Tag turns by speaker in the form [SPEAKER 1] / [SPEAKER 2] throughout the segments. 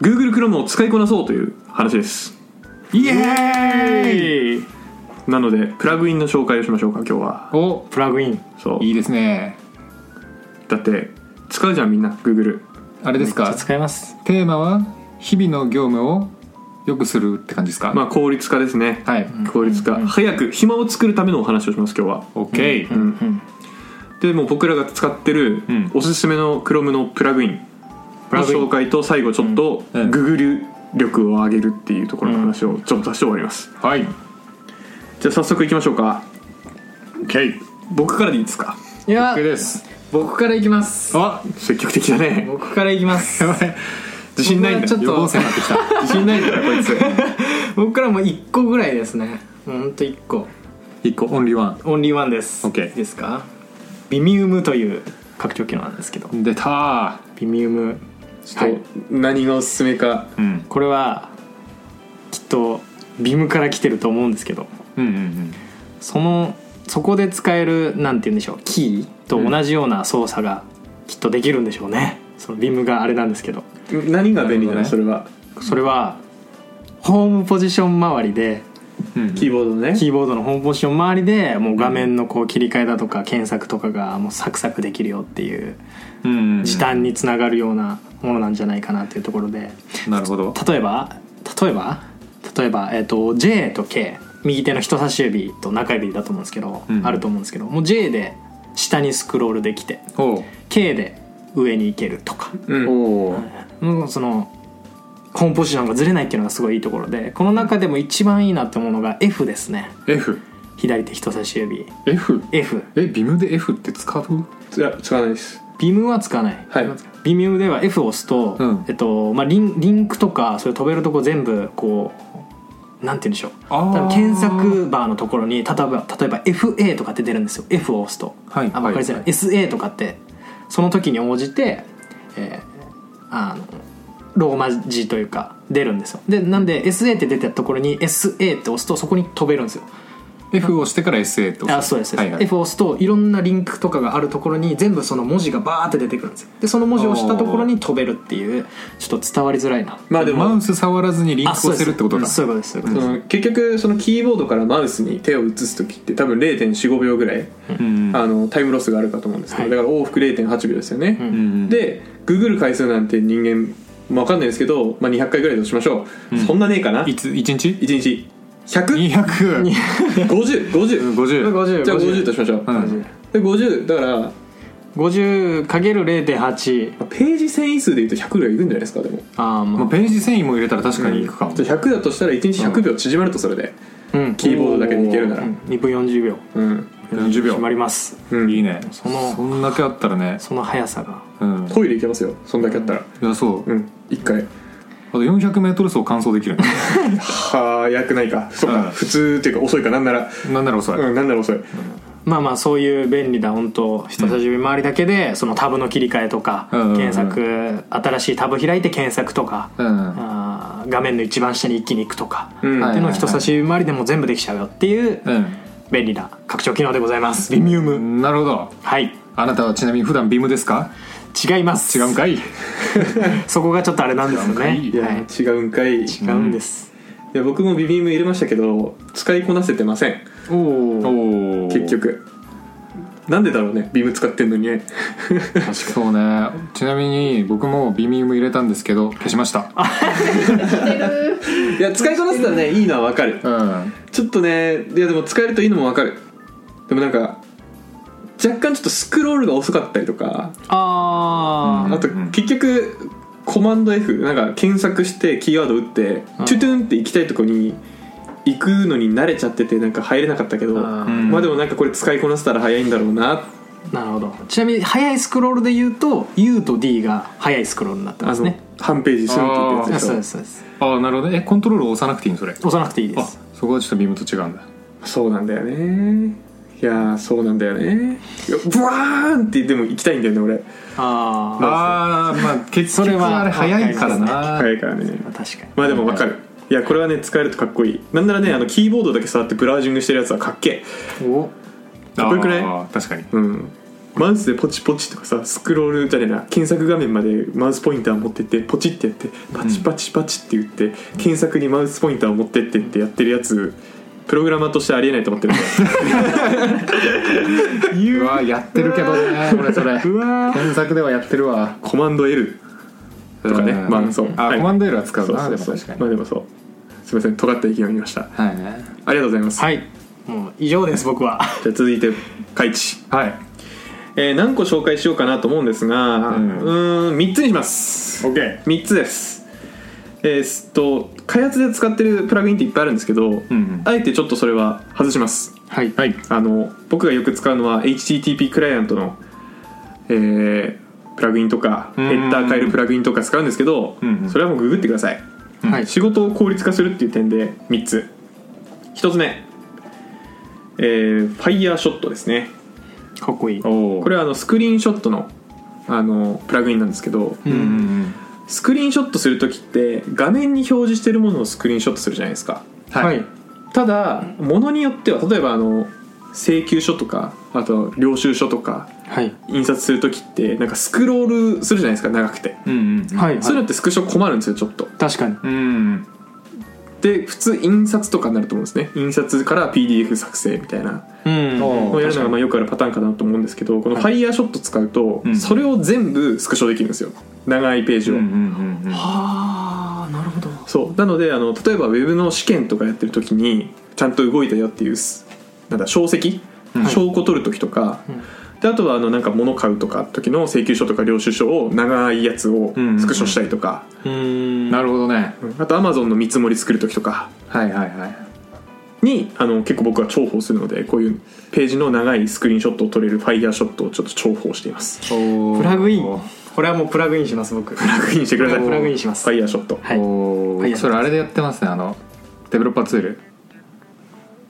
[SPEAKER 1] Google Chrome を使いこなそうという話ですイエーイなのでプラグインの紹介をしましょうか今日は
[SPEAKER 2] おプラグイン
[SPEAKER 1] そう
[SPEAKER 2] いいですね
[SPEAKER 1] だって使うじゃんみんな Google
[SPEAKER 2] あれです
[SPEAKER 3] めっ
[SPEAKER 2] か
[SPEAKER 3] ちゃ使えます
[SPEAKER 2] テーマは日々の業務をよくするって感じですか、
[SPEAKER 1] まあ効率化ですね、
[SPEAKER 2] はい、
[SPEAKER 1] 効率化、早く暇を作るためのお話をします今日は
[SPEAKER 2] OK、
[SPEAKER 1] うんでもう僕らが使ってる
[SPEAKER 2] うん
[SPEAKER 1] おすすめの Chrome のプラグイン
[SPEAKER 2] プ
[SPEAKER 1] の
[SPEAKER 2] ラグイン
[SPEAKER 1] 紹介と最後ちょっと
[SPEAKER 2] うんうん
[SPEAKER 1] Google 力を上げるっていうところの話をちょっとして終わります
[SPEAKER 2] はい
[SPEAKER 1] じゃあ早速いきましょうか
[SPEAKER 2] OK
[SPEAKER 1] 僕からでいいですか
[SPEAKER 3] いや
[SPEAKER 2] です
[SPEAKER 3] 僕からいきます
[SPEAKER 2] あ
[SPEAKER 1] 積極的だね
[SPEAKER 3] 僕からいきます
[SPEAKER 2] やばい
[SPEAKER 1] 自信ないんだ
[SPEAKER 3] 僕はちょっと
[SPEAKER 2] 予防線になってきた
[SPEAKER 1] 自信ないんだよこいつ
[SPEAKER 3] 僕からも1個ぐらいですねもうほんと1個
[SPEAKER 2] 一個オンリーワ
[SPEAKER 3] オンリーワンです、
[SPEAKER 2] OK
[SPEAKER 3] いいですかビミウムという拡張機能なんですけど
[SPEAKER 2] ン出た
[SPEAKER 3] ビミウムはい
[SPEAKER 1] 何がおすすめか
[SPEAKER 2] うん
[SPEAKER 3] これはきっとビムから来てると思うんですけど
[SPEAKER 2] うんうん
[SPEAKER 3] そのそこで使えるなんて言うんでしょうキーと同じような操作がきっとできるんでしょうね、そのビムがあれなんですけど
[SPEAKER 1] 何が便利なの
[SPEAKER 2] なるほどね
[SPEAKER 1] それは
[SPEAKER 3] それはホームポジション周りで
[SPEAKER 2] うんうん
[SPEAKER 1] キーボードね
[SPEAKER 3] キーボードのホームポジション周りでもう画面のこう切り替えだとか検索とかがもうサクサクできるよっていう
[SPEAKER 2] うんうん
[SPEAKER 3] 時短につながるようなものなんじゃないかなっていうところで
[SPEAKER 2] なるほど
[SPEAKER 3] 例えば例えば例えば、えっと J と K 右手の人差し指と中指だと思うんですけど、
[SPEAKER 2] うん
[SPEAKER 3] あると思うんですけどもう J で下にスクロールできて
[SPEAKER 2] おう
[SPEAKER 3] K で上に行けるとか、
[SPEAKER 1] うん
[SPEAKER 2] おう
[SPEAKER 3] もうそのホームポジションがずれないっていうのがすごいいいところでこの中でも一番いいなって思うのが F ですね
[SPEAKER 1] F
[SPEAKER 3] 左手人差し指
[SPEAKER 2] F
[SPEAKER 3] F
[SPEAKER 2] えビムで F って使う
[SPEAKER 1] いや使わないです
[SPEAKER 3] ビムは使わない、
[SPEAKER 1] はい
[SPEAKER 3] ビミムでは F を押すと、
[SPEAKER 2] うん
[SPEAKER 3] えっとまあ、リンリンクとかそういう飛べるとこ全部こうなんて言うんでしょう
[SPEAKER 2] あー
[SPEAKER 3] 多分検索バーのところに例えば例えば FA とかって出るんですよ F を押すと、
[SPEAKER 2] はい
[SPEAKER 3] あ分かりづらい、
[SPEAKER 2] はい
[SPEAKER 3] SA とかってその時に応じて、えーあのローマ字というか出るんですよでなんで SA って出たところに SA って押すとそこに飛べるんですよ
[SPEAKER 2] F を押してから SA ってこと
[SPEAKER 3] あそうです、
[SPEAKER 2] はいはい
[SPEAKER 3] F を押すといろんなリンクとかがあるところに全部その文字がバーって出てくるんですよでその文字を押したところに飛べるっていうちょっと伝わりづらいな
[SPEAKER 1] まあでも
[SPEAKER 2] マウス触らずにリンク
[SPEAKER 3] あそう
[SPEAKER 2] 押せ
[SPEAKER 3] で
[SPEAKER 2] るってことだ
[SPEAKER 3] すうんそういうことです
[SPEAKER 1] そ
[SPEAKER 3] そういうことです
[SPEAKER 1] の結局そのキーボードからマウスに手を移す時って多分0.45秒ぐらい、
[SPEAKER 2] うん
[SPEAKER 1] あのタイムロスがあるかと思うんですけど、
[SPEAKER 3] はい
[SPEAKER 1] だから往復0.8秒ですよね、
[SPEAKER 2] うん
[SPEAKER 1] でググる回数なんて人間、まあ、分かんないですけど、まあ、200回ぐらいとしましょう、そんなねえかない
[SPEAKER 2] つ一日
[SPEAKER 1] 1日1005050
[SPEAKER 2] 250
[SPEAKER 1] 50じゃあ50
[SPEAKER 3] 5050
[SPEAKER 1] としましょう、
[SPEAKER 2] うん
[SPEAKER 1] で50だからま
[SPEAKER 3] 50かける0.8
[SPEAKER 1] あページ遷移数でいうと100ぐらいいくんじゃないですかでも
[SPEAKER 3] あーまあ、
[SPEAKER 2] まあページ遷移も入れたら確かにいくかも、
[SPEAKER 1] じゃあ100だとしたら1日100秒縮まるとそれで、
[SPEAKER 3] うん
[SPEAKER 1] キーボードだけでいけるなら
[SPEAKER 3] うん2分40秒
[SPEAKER 1] うん
[SPEAKER 2] 40秒
[SPEAKER 3] 決まります
[SPEAKER 1] うん
[SPEAKER 2] いいね
[SPEAKER 3] その
[SPEAKER 2] そんだけあったらね
[SPEAKER 3] その速さが
[SPEAKER 2] うん
[SPEAKER 1] トイレ行けますよそんだけあったら
[SPEAKER 2] いやそう、
[SPEAKER 1] う
[SPEAKER 2] あ
[SPEAKER 1] ん1回
[SPEAKER 2] と 400m 走完走できるね
[SPEAKER 1] 早くないかそう
[SPEAKER 2] う
[SPEAKER 1] か
[SPEAKER 2] ん
[SPEAKER 1] 普通っていうか遅いかなんなら
[SPEAKER 2] なんなら遅い、
[SPEAKER 1] うんなんなら遅い
[SPEAKER 3] まあまあそういう便利な本当人差し指周りだけでそのタブの切り替えとか
[SPEAKER 2] うんうんうん
[SPEAKER 3] 検索新しいタブ開いて検索とか
[SPEAKER 2] うん
[SPEAKER 3] あー画面の一番下に一気に行くとか、
[SPEAKER 1] うん
[SPEAKER 3] っていうのを
[SPEAKER 2] はいはいはい
[SPEAKER 3] 人差し指周りでも全部できちゃうよっていう便利な拡張機能でございますビミウム、
[SPEAKER 2] うん、なるほど
[SPEAKER 3] はい
[SPEAKER 2] あなたはちなみに普段ビームですか
[SPEAKER 3] 違います
[SPEAKER 2] 違うんかい
[SPEAKER 3] そこがちょっとあれなんですよね
[SPEAKER 2] 違うん
[SPEAKER 1] いや、
[SPEAKER 3] はい
[SPEAKER 1] 違うんかいい
[SPEAKER 3] 違うんです、
[SPEAKER 1] や僕もビビーム入れましたけど使いこなせてません
[SPEAKER 3] おお
[SPEAKER 2] おお
[SPEAKER 1] 結局なんでだろうねビーム使ってんのにね
[SPEAKER 2] そうねちなみに僕もビーミング入れたんですけど消しました
[SPEAKER 1] いや使いこなせた らねいいのはわかる
[SPEAKER 2] うん
[SPEAKER 1] ちょっとねいやでも使えるといいのもわかるでもなんか若干ちょっとスクロールが遅かったりとか
[SPEAKER 3] あ
[SPEAKER 1] あと
[SPEAKER 2] うん
[SPEAKER 1] 結局コマンド F なんか検索してキーワード打ってチュトゥンって行きたいとこに行くのに慣れちゃっててなんか入れなかったけど
[SPEAKER 3] あー
[SPEAKER 2] うん
[SPEAKER 1] まあでもなんかこれ使いこなせたら早いんだろうな
[SPEAKER 3] ーなるほどちなみに速いスクロールで言うと U と D が速いスクロールになって
[SPEAKER 1] あ
[SPEAKER 3] ます
[SPEAKER 1] の
[SPEAKER 3] ね
[SPEAKER 1] 半ページするってやつ
[SPEAKER 2] あ
[SPEAKER 1] で
[SPEAKER 2] ー
[SPEAKER 1] し
[SPEAKER 3] そう
[SPEAKER 1] ょ
[SPEAKER 3] ですそうです
[SPEAKER 2] ああなるほどねえコントロール押さなくていいのそれ
[SPEAKER 3] 押さなくていいで
[SPEAKER 2] あ
[SPEAKER 3] す
[SPEAKER 2] そこはちょっとビームと違うんだ
[SPEAKER 1] そうなんだよねいやーそうなんだよねいやブワーンってでも行きたいんだよね俺
[SPEAKER 3] ああ
[SPEAKER 2] ああまあ結
[SPEAKER 3] それ
[SPEAKER 2] 局
[SPEAKER 3] は
[SPEAKER 2] あれ早いからな、
[SPEAKER 1] 早いからね
[SPEAKER 3] 確かに
[SPEAKER 1] まあでもわかるいやこれはね使えるとかっこいいなんならねあのキーボードだけ触ってブラウジングしてるやつはかっけえ
[SPEAKER 3] お
[SPEAKER 1] かっこよくない
[SPEAKER 2] あー確かに
[SPEAKER 1] うんマウスでポチポチとかさスクロールじゃねえな検索画面までマウスポインター持ってってポチってやってパチパチパチって言って、検索にマウスポインターを持ってってってやってるやつプログラマーとしてありえないと思ってる
[SPEAKER 2] うわやってるけどね俺それ
[SPEAKER 1] うわー
[SPEAKER 2] 検索ではやってるわ
[SPEAKER 1] コマンド L とかね
[SPEAKER 2] うん
[SPEAKER 1] まあそう
[SPEAKER 2] あ
[SPEAKER 1] はい
[SPEAKER 2] コマンド L は使うな
[SPEAKER 1] そうそう
[SPEAKER 2] でも確かに
[SPEAKER 1] まあでもそうすいません尖った意見を見ました
[SPEAKER 2] はいね
[SPEAKER 1] ありがとうございます、
[SPEAKER 3] はいもう以上です僕は
[SPEAKER 1] じゃあ続いてカイチ
[SPEAKER 2] はい
[SPEAKER 1] えー何個紹介しようかなと思うんですがう
[SPEAKER 2] うん
[SPEAKER 1] ーん3つにします
[SPEAKER 2] ケー
[SPEAKER 1] 3つですえーすっと開発で使ってるプラグインっていっぱいあるんですけど、
[SPEAKER 2] うん
[SPEAKER 1] あえてちょっとそれは外します
[SPEAKER 3] はい
[SPEAKER 2] はい
[SPEAKER 1] あの僕がよく使うのは HTTP クライアントの、えープラグインとかヘ
[SPEAKER 2] ん
[SPEAKER 1] ッダー変えるプラグインとか使うんですけど、
[SPEAKER 2] うんうん
[SPEAKER 1] それはもうググってください
[SPEAKER 3] はい
[SPEAKER 1] 仕事を効率化するっていう点で3つ1つ目えーファイヤーショットですね
[SPEAKER 3] かっこいい
[SPEAKER 2] おお
[SPEAKER 1] これはあのスクリーンショットのあのプラグインなんですけど、
[SPEAKER 2] うんうん
[SPEAKER 1] スクリーンショットする時って画面に表示してるものをスクリーンショットするじゃないですか
[SPEAKER 2] はい
[SPEAKER 1] ただものによっては例えばあの請求書とかあと領収書とか
[SPEAKER 3] はい
[SPEAKER 1] 印刷する時ってなんかスクロールするじゃないですか長くて、
[SPEAKER 2] うんうんうん
[SPEAKER 3] はい、はい、
[SPEAKER 1] そういうのってスクショ困るんですよちょっと
[SPEAKER 3] 確かに
[SPEAKER 2] うん
[SPEAKER 1] で普通印刷とかになると思うんですね印刷から PDF 作成みたいな
[SPEAKER 3] うん
[SPEAKER 2] お
[SPEAKER 1] のをやるのがまあよくあるパターンかなと思うんですけどこのファイヤーショット使うと
[SPEAKER 2] うん
[SPEAKER 1] それを全部スクショできるんですよ長いページを、
[SPEAKER 2] うんうんうん
[SPEAKER 3] ああなるほど
[SPEAKER 1] そうなのであの例えばウェブの試験とかやってる時にちゃんと動いたよっていうすなんだ証跡、
[SPEAKER 2] うん
[SPEAKER 1] 証拠取る時とか、であとはあのなんか物買うとか時の請求書とか領収書を長いやつを
[SPEAKER 2] うんうんうん
[SPEAKER 1] スクショしたりとか、
[SPEAKER 3] うん
[SPEAKER 2] なるほどね
[SPEAKER 1] あとアマゾンの見積もり作る時とか
[SPEAKER 2] はいはいはい
[SPEAKER 1] にあの結構僕は重宝するのでこういうページの長いスクリーンショットを取れるファイヤーショットをちょっと重宝しています
[SPEAKER 2] おー
[SPEAKER 3] プラグインこれはもうプラグインします僕
[SPEAKER 1] プラグインしてください
[SPEAKER 3] プラグインします
[SPEAKER 1] ファイヤーショット
[SPEAKER 3] はい
[SPEAKER 2] おー
[SPEAKER 3] はい
[SPEAKER 2] それあれでやってますねあのデベロッパーツール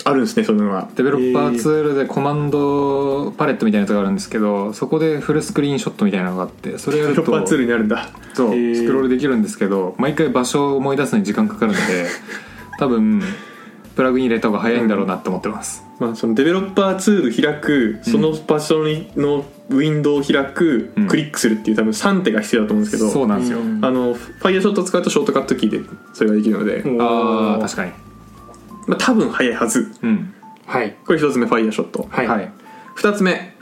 [SPEAKER 1] あるんですねそういうのが
[SPEAKER 2] デベロッパーツールでコマンドパレットみたいなやつがあるんですけどそこでフルスクリーンショットみたいなのがあってそれや
[SPEAKER 1] デ
[SPEAKER 2] る
[SPEAKER 1] ベロ
[SPEAKER 2] と
[SPEAKER 1] ッパーツールになるんだ
[SPEAKER 2] そう
[SPEAKER 3] へー
[SPEAKER 2] スクロールできるんですけど毎回場所を思い出すのに時間かかるので多分プラグイン入れた方が早いんだろうなって思ってます、
[SPEAKER 1] まあ、そのデベロッパーツール開くその場所にのウィンドウを開く、
[SPEAKER 2] うん
[SPEAKER 1] クリックするっていう多分3手が必要だと思うんですけど
[SPEAKER 2] そうなんですよ、
[SPEAKER 3] うん
[SPEAKER 1] あのファイヤーショット使うとショートカットキーでそれができるので、
[SPEAKER 3] うん
[SPEAKER 2] あ
[SPEAKER 3] お
[SPEAKER 2] あ
[SPEAKER 3] ー
[SPEAKER 2] 確かに
[SPEAKER 1] まあ、多分早いはず
[SPEAKER 2] うん
[SPEAKER 3] はい
[SPEAKER 1] これ1つ目ファイヤーショット
[SPEAKER 3] はい、
[SPEAKER 2] はい
[SPEAKER 1] 2つ目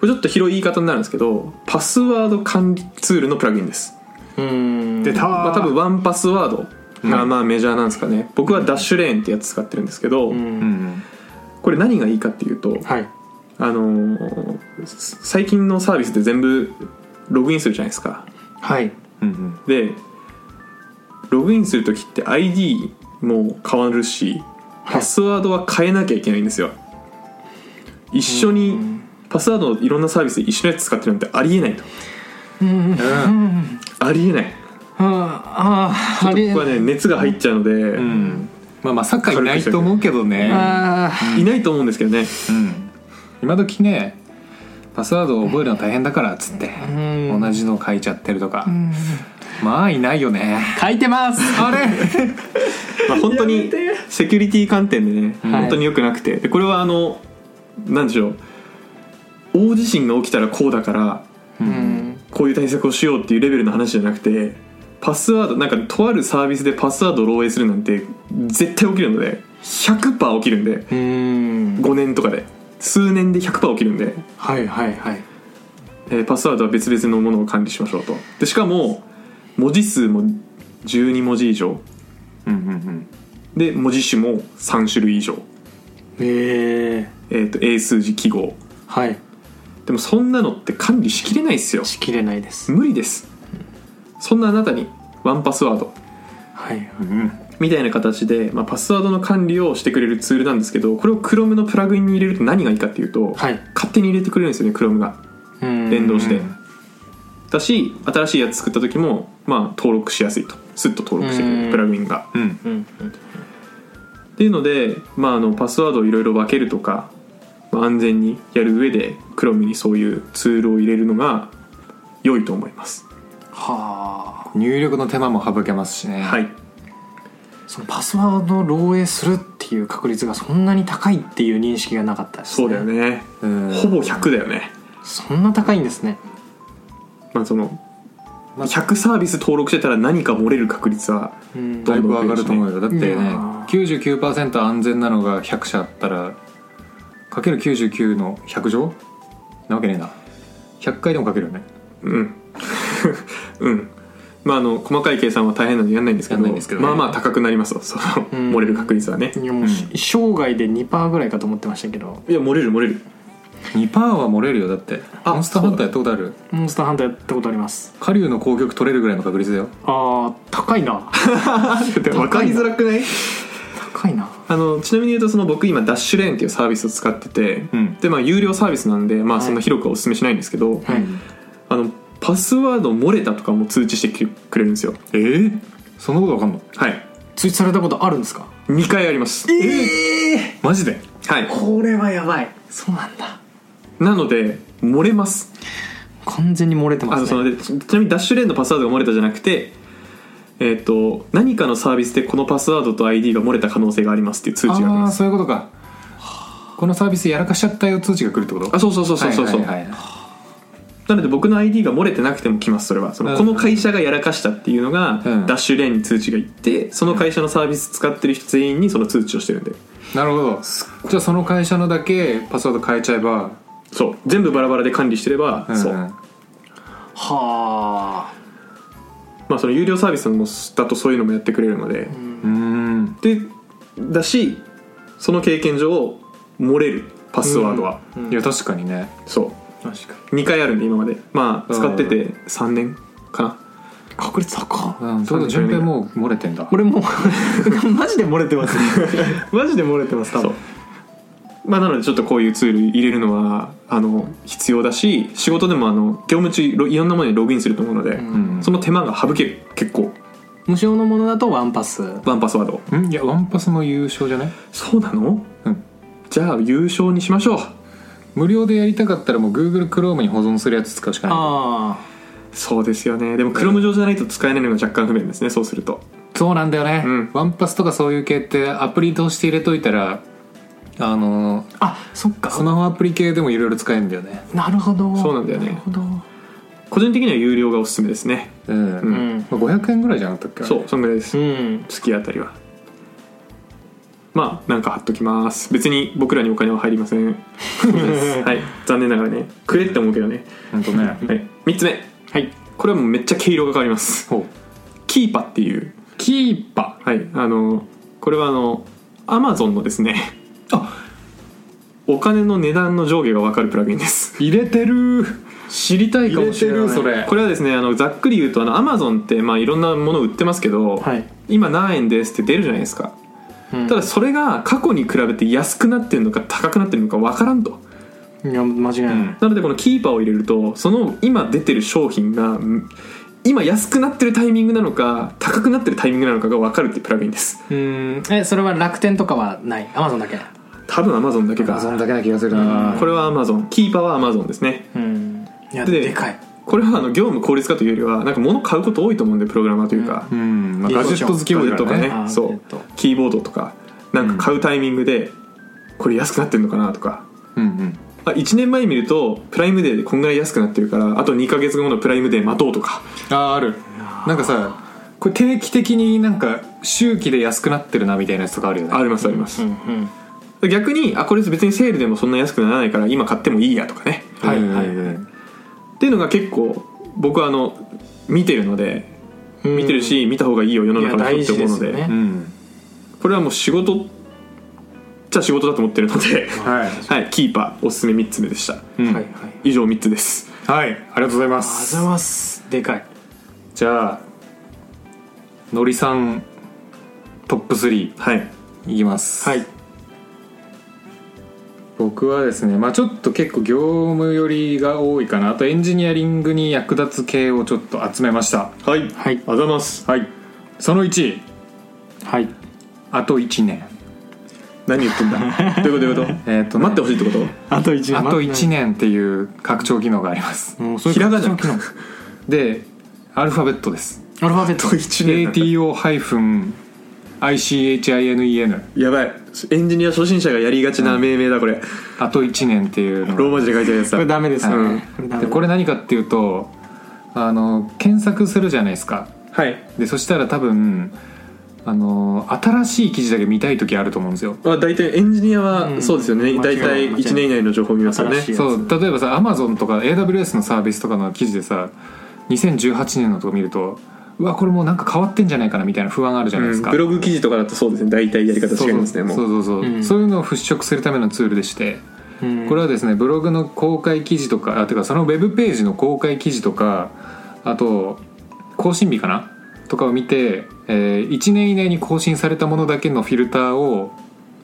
[SPEAKER 1] これちょっと広い言い方になるんですけどパスワード管理ツールのプラグインです
[SPEAKER 3] うん
[SPEAKER 2] 出たー
[SPEAKER 1] まあ、多分ワンパスワードがまあメジャーなんですかね、僕はダッシュレーンってやつ使ってるんですけど、
[SPEAKER 3] うん
[SPEAKER 2] うん
[SPEAKER 1] これ何がいいかっていうと、
[SPEAKER 3] はい
[SPEAKER 1] あのーす最近のサービスって全部ログインするじゃないですか
[SPEAKER 3] はい
[SPEAKER 2] うんうん
[SPEAKER 1] でログインする時って ID も変わるしパスワードは変えなきゃいけないんですよ一緒にパスワードをいろんなサービスで一緒のやつ使ってるなんてありえないと
[SPEAKER 3] うんうん
[SPEAKER 1] ありえない
[SPEAKER 3] あーああり
[SPEAKER 1] 僕はね熱が入っちゃうので、
[SPEAKER 2] うんまあまあサッカーいないと思うけどね
[SPEAKER 3] あー
[SPEAKER 1] いないと思うんですけどね
[SPEAKER 2] うん今時ねパスワードを覚えるの大変だからっつって
[SPEAKER 3] うん
[SPEAKER 2] 同じの書いちゃってるとかまあいないよね
[SPEAKER 3] 書いてます
[SPEAKER 2] あれ
[SPEAKER 1] まあ、本当にセキュリティ観点でね、
[SPEAKER 2] うん
[SPEAKER 1] 本当に良くなくてでこれはあのなんでしょう大地震が起きたらこうだから
[SPEAKER 3] うん
[SPEAKER 1] こういう対策をしようっていうレベルの話じゃなくてパスワードなんかとあるサービスでパスワードを漏洩するなんて絶対起きるので100%起きるんで
[SPEAKER 3] うん
[SPEAKER 1] 5年とかで数年で100%起きるんで、
[SPEAKER 3] はいはいはい
[SPEAKER 1] えーパスワードは別々のものを管理しましょうとでしかも文字数も12文字以上
[SPEAKER 2] うんうん
[SPEAKER 1] で文字種も3種類以上、
[SPEAKER 3] ええ
[SPEAKER 1] えー、と英数字記号
[SPEAKER 3] はい
[SPEAKER 1] でもそんなのって管理しきれないっすよ
[SPEAKER 3] しきれないです
[SPEAKER 1] 無理ですそんなあなたにワンパスワード
[SPEAKER 3] はい
[SPEAKER 2] うんうん
[SPEAKER 1] みたいな形で、まあ、パスワードの管理をしてくれるツールなんですけどこれを Chrome のプラグインに入れると何がいいかっていうと、
[SPEAKER 3] はい
[SPEAKER 1] 勝手に入れてくれるんですよね Chrome が連動してだし新しいやつ作った時も、まあ、登録しやすいとスッと登録してくれ
[SPEAKER 3] う
[SPEAKER 1] る
[SPEAKER 3] ん
[SPEAKER 1] プラグインが
[SPEAKER 2] うん
[SPEAKER 3] うんうん
[SPEAKER 1] っていうので、まあ、あのパスワードをいろいろ分けるとか、まあ、安全にやる上で Chrome にそういうツールを入れるのが良いと思います
[SPEAKER 3] はあ
[SPEAKER 2] 入力の手間も省けますしね
[SPEAKER 1] はい
[SPEAKER 3] そのパスワードを漏洩するっていう確率がそんなに高いっていう認識がなかったですね
[SPEAKER 1] そうだよね
[SPEAKER 2] うん
[SPEAKER 1] ほぼ100だよね
[SPEAKER 3] そんな高いんですね
[SPEAKER 1] まあその
[SPEAKER 2] まあ
[SPEAKER 1] 100サービス登録してたら何か漏れる確率は
[SPEAKER 3] うん
[SPEAKER 2] だいぶ上がると思うよだってね
[SPEAKER 3] いやー
[SPEAKER 2] 99%安全なのが100社あったらかける99の100乗なわけねえな100回でもかけるよね
[SPEAKER 1] うんうんまああの細かい計算は大変なんでやんないんですけど
[SPEAKER 2] やんないんですけどね
[SPEAKER 1] まあまあ高くなりますわその
[SPEAKER 3] ん
[SPEAKER 1] 漏れる確率はね
[SPEAKER 3] いやもうし生涯で2%ぐらいかと思ってましたけど
[SPEAKER 1] いや漏れる漏れる
[SPEAKER 2] 2%は漏れるよだって
[SPEAKER 1] あ
[SPEAKER 2] モンスターハンターやったことある
[SPEAKER 3] モンスターハンターやったことあります
[SPEAKER 2] 狩竜の攻撃取れるぐらいの確率だよ
[SPEAKER 3] あー高いな
[SPEAKER 1] 分かりづらくない
[SPEAKER 3] 高いな
[SPEAKER 1] あのちなみに言うとその僕今ダッシュレーンっていうサービスを使ってて、
[SPEAKER 2] うん
[SPEAKER 1] でまあ有料サービスなんで、まあ、
[SPEAKER 3] はい
[SPEAKER 1] そんな広くはお勧めしないんですけど、
[SPEAKER 3] はい
[SPEAKER 1] あのパスワード漏れたとかも通知してきてくれるんですよ
[SPEAKER 2] えー、そんなことわかんの
[SPEAKER 1] はい
[SPEAKER 3] 通知されたことあるんですか
[SPEAKER 1] 2回あります
[SPEAKER 3] ええ
[SPEAKER 2] マジで
[SPEAKER 1] はい
[SPEAKER 3] これはやばいそうなんだ
[SPEAKER 1] なので漏れます
[SPEAKER 3] 完全に漏れてま
[SPEAKER 1] あ
[SPEAKER 3] す
[SPEAKER 1] そ
[SPEAKER 3] ね
[SPEAKER 1] のでちなみにダッシュレーンのパスワードが漏れたじゃなくてえっ、と何かのサービスでこのパスワードと ID が漏れた可能性がありますっていう通知があり
[SPEAKER 2] ああ
[SPEAKER 1] ま
[SPEAKER 2] ー
[SPEAKER 1] す
[SPEAKER 2] そういうことかこのサービスやらかしちゃったよ通知が来るってこと
[SPEAKER 1] あそうそうそうそうそうそう、
[SPEAKER 2] はいはいはい
[SPEAKER 1] なので僕の ID が漏れてなくても来ますそれはその
[SPEAKER 2] うん
[SPEAKER 1] この会社がやらかしたっていうのが、
[SPEAKER 2] うん
[SPEAKER 1] ダッシュレーンに通知がいってその会社のサービス使ってる人全員にその通知をしてるんで
[SPEAKER 2] なるほどじゃあその会社のだけパスワード変えちゃえば
[SPEAKER 1] そう全部バラバラで管理してれば、そう
[SPEAKER 2] うん
[SPEAKER 3] はあ
[SPEAKER 1] まあその有料サービスもだとそういうのもやってくれるので、
[SPEAKER 2] うん
[SPEAKER 1] でだしその経験上漏れるパスワードは、
[SPEAKER 2] いや確かにね
[SPEAKER 1] そう
[SPEAKER 3] 確か
[SPEAKER 1] 2回あるんで今までまあ
[SPEAKER 2] うん
[SPEAKER 1] 使ってて3年かな
[SPEAKER 3] に確率高
[SPEAKER 2] うんちょうど順平もう漏れてんだ
[SPEAKER 3] 俺もう マジで漏れてますマジで漏れてます多
[SPEAKER 1] そ
[SPEAKER 3] 分
[SPEAKER 1] うまあなのでちょっとこういうツール入れるのはあの必要だし仕事でもあの業務中いろいろんなものにログインすると思うので、
[SPEAKER 2] ん
[SPEAKER 1] その手間が省ける結構
[SPEAKER 3] 無償のものだとワンパス
[SPEAKER 1] ワンパスワード
[SPEAKER 2] うんいやワンパスも優勝じゃない
[SPEAKER 1] そうなの
[SPEAKER 2] うん
[SPEAKER 1] じゃあ優勝にしましょう
[SPEAKER 2] 無料でやりたかったらもう Google Chrome に保存するやつ使うしかな
[SPEAKER 3] あ
[SPEAKER 1] そうですよねでも Chrome 上じゃないと使えないのが若干不便ですねそうすると
[SPEAKER 2] いそうなんだよね、
[SPEAKER 1] うん
[SPEAKER 2] ワンパスとかそういう系ってアプリ通して入れといたらあの
[SPEAKER 3] ああそっか
[SPEAKER 2] スマホアプリ系でもいろいろ使えるんだよね
[SPEAKER 3] なるほど
[SPEAKER 1] そうなんだよね
[SPEAKER 3] なるほど
[SPEAKER 1] 個人的には有料がおすすめですね
[SPEAKER 2] うん、
[SPEAKER 1] うん
[SPEAKER 2] まあ、500円ぐらいじゃなかったっけ
[SPEAKER 1] そうそんぐらいです
[SPEAKER 3] うん
[SPEAKER 1] 月あたりはまあなんか貼っときます別に僕らにお金は入りませ んはい残念ながらねくれって思うけどね、
[SPEAKER 2] 本当ね
[SPEAKER 1] はい、3つ目
[SPEAKER 3] はい
[SPEAKER 1] これはもうめっちゃ毛色が変わります
[SPEAKER 2] ほう
[SPEAKER 1] キーパっていう
[SPEAKER 2] キーパ
[SPEAKER 1] はいあのこれはあのアマゾンのですね
[SPEAKER 2] あ
[SPEAKER 1] お金の値段の上下が分かるプラグインです
[SPEAKER 2] 入れてる
[SPEAKER 3] 知りたい
[SPEAKER 2] 入
[SPEAKER 3] かも
[SPEAKER 2] れ
[SPEAKER 3] してれない
[SPEAKER 2] るそれ
[SPEAKER 1] これはですねあのざっくり言うとあのアマゾンってまあいろんなもの売ってますけど、
[SPEAKER 3] はい
[SPEAKER 1] 今何円ですって出るじゃないですか
[SPEAKER 3] うん
[SPEAKER 1] ただそれが過去に比べて安くなってるのか高くなってるのか分からんと
[SPEAKER 3] いや間違いない、
[SPEAKER 1] なのでこのキーパーを入れるとその今出てる商品がうん今安くなってるタイミングなのか高くなってるタイミングなのかが分かるっていうプラグインです
[SPEAKER 3] うんえそれは楽天とかはないアマゾンだけ
[SPEAKER 1] 多分 Amazon だけか
[SPEAKER 2] そんだけな気がするな
[SPEAKER 1] これは Amazon キーパーは Amazon ですね
[SPEAKER 3] うんいや
[SPEAKER 1] で
[SPEAKER 3] でかい
[SPEAKER 1] これはあの業務効率化というよりはなんか物買うこと多いと思うんでプログラマーというか、
[SPEAKER 2] うん、まあ、
[SPEAKER 3] いい
[SPEAKER 2] ガジェット好きもいる
[SPEAKER 1] と
[SPEAKER 2] と
[SPEAKER 1] か
[SPEAKER 2] か
[SPEAKER 1] ね
[SPEAKER 2] ね
[SPEAKER 3] あー
[SPEAKER 1] そ
[SPEAKER 3] えっ
[SPEAKER 1] う
[SPEAKER 3] と
[SPEAKER 1] キーボードとかなんか買うタイミングでこれ安くなってるのかなとか
[SPEAKER 2] うんうん
[SPEAKER 1] あ1年前見るとプライムデーでこんぐらい安くなってるからあと2ヶ月後のプライムデー待とうとか
[SPEAKER 2] あああるなんかさこれ定期的になんか周期で安くなってるなみたいなやつとかあるよね
[SPEAKER 1] ありますあります、
[SPEAKER 3] うんうん
[SPEAKER 1] 逆にあこれ別にセールでもそんな安くならないから今買ってもいいやとかね
[SPEAKER 2] は
[SPEAKER 3] はいい
[SPEAKER 2] は
[SPEAKER 3] はいい
[SPEAKER 2] はい
[SPEAKER 1] っていうのが結構僕はあの見てるので
[SPEAKER 3] うん
[SPEAKER 1] 見てるし見た方がいいよ世の中の人って思うので
[SPEAKER 3] いや大事ですよね
[SPEAKER 2] うん
[SPEAKER 1] これはもう仕事じゃ仕事だと思ってるので
[SPEAKER 2] はい
[SPEAKER 1] はいキーパーおすすめ3つ目でした
[SPEAKER 2] うん
[SPEAKER 3] はいはい
[SPEAKER 1] 以上3つです
[SPEAKER 2] はいありがとうございま
[SPEAKER 3] あ
[SPEAKER 2] す
[SPEAKER 3] ざますでかい
[SPEAKER 2] じゃあのりさんトップ3
[SPEAKER 1] はい
[SPEAKER 2] いきます
[SPEAKER 3] はい
[SPEAKER 2] 僕はですねまあちょっと結構業務寄りが多いかなあとエンジニアリングに役立つ系をちょっと集めました
[SPEAKER 1] はい
[SPEAKER 3] はい
[SPEAKER 1] あざます
[SPEAKER 2] はいその1
[SPEAKER 3] はい
[SPEAKER 2] あと1年
[SPEAKER 1] 何言ってんだどういうことどういうこと
[SPEAKER 2] えっ、とね、
[SPEAKER 1] 待ってほしいってこと
[SPEAKER 3] あと1
[SPEAKER 2] あと1年っていう拡張機能があります
[SPEAKER 3] もうそれ
[SPEAKER 1] ひらがな
[SPEAKER 3] 拡張機
[SPEAKER 2] でアルファベットです
[SPEAKER 3] 能アルファベット
[SPEAKER 1] 1
[SPEAKER 2] ATO- ICHINEN
[SPEAKER 1] やばいエンジニア初心者がやりがちな命名だこれ
[SPEAKER 2] あと1年っていうのが
[SPEAKER 1] ローマ字で書いてあるやつ
[SPEAKER 3] こ
[SPEAKER 1] だ
[SPEAKER 3] れダメですね、
[SPEAKER 1] うん
[SPEAKER 3] これダメ
[SPEAKER 2] でこれ何かっていうとあの検索するじゃないですか
[SPEAKER 1] はい
[SPEAKER 2] でそしたら多分あの新しい記事だけ見たい時あると思うんですよ
[SPEAKER 1] まあ大体エンジニアはそうですよね
[SPEAKER 3] うん
[SPEAKER 1] 大
[SPEAKER 3] 間違
[SPEAKER 1] 体
[SPEAKER 3] いない
[SPEAKER 1] 1年以内の情報見ますよね
[SPEAKER 3] 新しいやつ
[SPEAKER 2] そう例えばさアマゾンとか AWS のサービスとかの記事でさ2018年のとこ見るとうわこれもうなんか変わってんじゃないかなみたいな不安あるじゃないですか、
[SPEAKER 1] うんブログ記事とかだとそうですね大体やり方違いますね
[SPEAKER 2] そ
[SPEAKER 1] も
[SPEAKER 2] う
[SPEAKER 1] う
[SPEAKER 2] そうそうそうそう、
[SPEAKER 3] うん
[SPEAKER 2] そういうのを払拭するためのツールでして
[SPEAKER 3] うん
[SPEAKER 2] これはですねブログの公開記事とかあてかそのウェブページの公開記事とかあと更新日かなとかを見て、え1年以内に更新されたものだけのフィルターを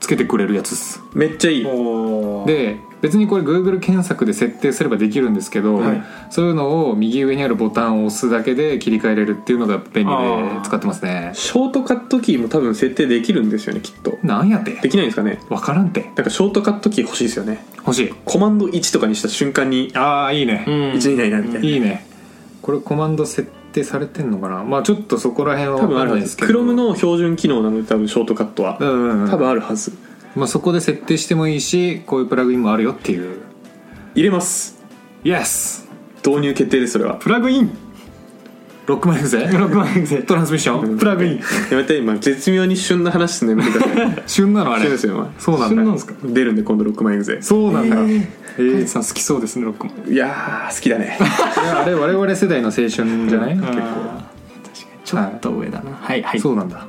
[SPEAKER 2] つけてくれるやつです
[SPEAKER 1] めっちゃいい
[SPEAKER 3] おー
[SPEAKER 2] で別にこれ Google 検索で設定すればできるんですけど、
[SPEAKER 3] はい
[SPEAKER 2] そういうのを右上にあるボタンを押すだけで切り替えれるっていうのが便利で
[SPEAKER 3] あー
[SPEAKER 2] 使ってますね
[SPEAKER 1] ショートカットキーも多分設定できるんですよねきっと
[SPEAKER 2] なんやって
[SPEAKER 1] できないんですかね
[SPEAKER 2] わからんって
[SPEAKER 1] なんかショートカットキー欲しいですよね
[SPEAKER 2] 欲しい
[SPEAKER 1] コマンド1とかにした瞬間に
[SPEAKER 2] ああいいね、
[SPEAKER 3] うん
[SPEAKER 1] 1以内だみたいな、
[SPEAKER 2] いいねこれコマンド設定されてんのかなまあちょっとそこら辺は
[SPEAKER 1] 多分あ
[SPEAKER 2] わか
[SPEAKER 1] る
[SPEAKER 2] ん
[SPEAKER 1] は
[SPEAKER 2] な
[SPEAKER 1] ず
[SPEAKER 2] い
[SPEAKER 1] で
[SPEAKER 2] ですす
[SPEAKER 1] Chrome
[SPEAKER 2] けど
[SPEAKER 1] の標準機能なので多分ショートカットは、
[SPEAKER 2] うんうんうん
[SPEAKER 1] 多分あるはず
[SPEAKER 2] まあ、そこで設定してもいいしこういうプラグインもあるよっていう
[SPEAKER 1] 入れます
[SPEAKER 2] イエス
[SPEAKER 1] 導入決定ですそれは
[SPEAKER 2] プラグインロックマンフゼ
[SPEAKER 3] 6万円で
[SPEAKER 2] トランスミッション プラグイン
[SPEAKER 1] やめて今絶妙に旬な話すんのやめてくだ さい
[SPEAKER 2] 旬なのあれ
[SPEAKER 1] 旬ですよ今
[SPEAKER 2] そうなんだ
[SPEAKER 3] 旬なんですか
[SPEAKER 1] 出るんで今度6万円ぜ
[SPEAKER 2] そうなんだ、え
[SPEAKER 3] カイ
[SPEAKER 2] ー
[SPEAKER 3] ツさん好きそうですね6万
[SPEAKER 1] いやー好きだね
[SPEAKER 2] いやあれ我々世代の青春じゃない、
[SPEAKER 3] 結構ちょっと上だなはいはい
[SPEAKER 2] そうなんだ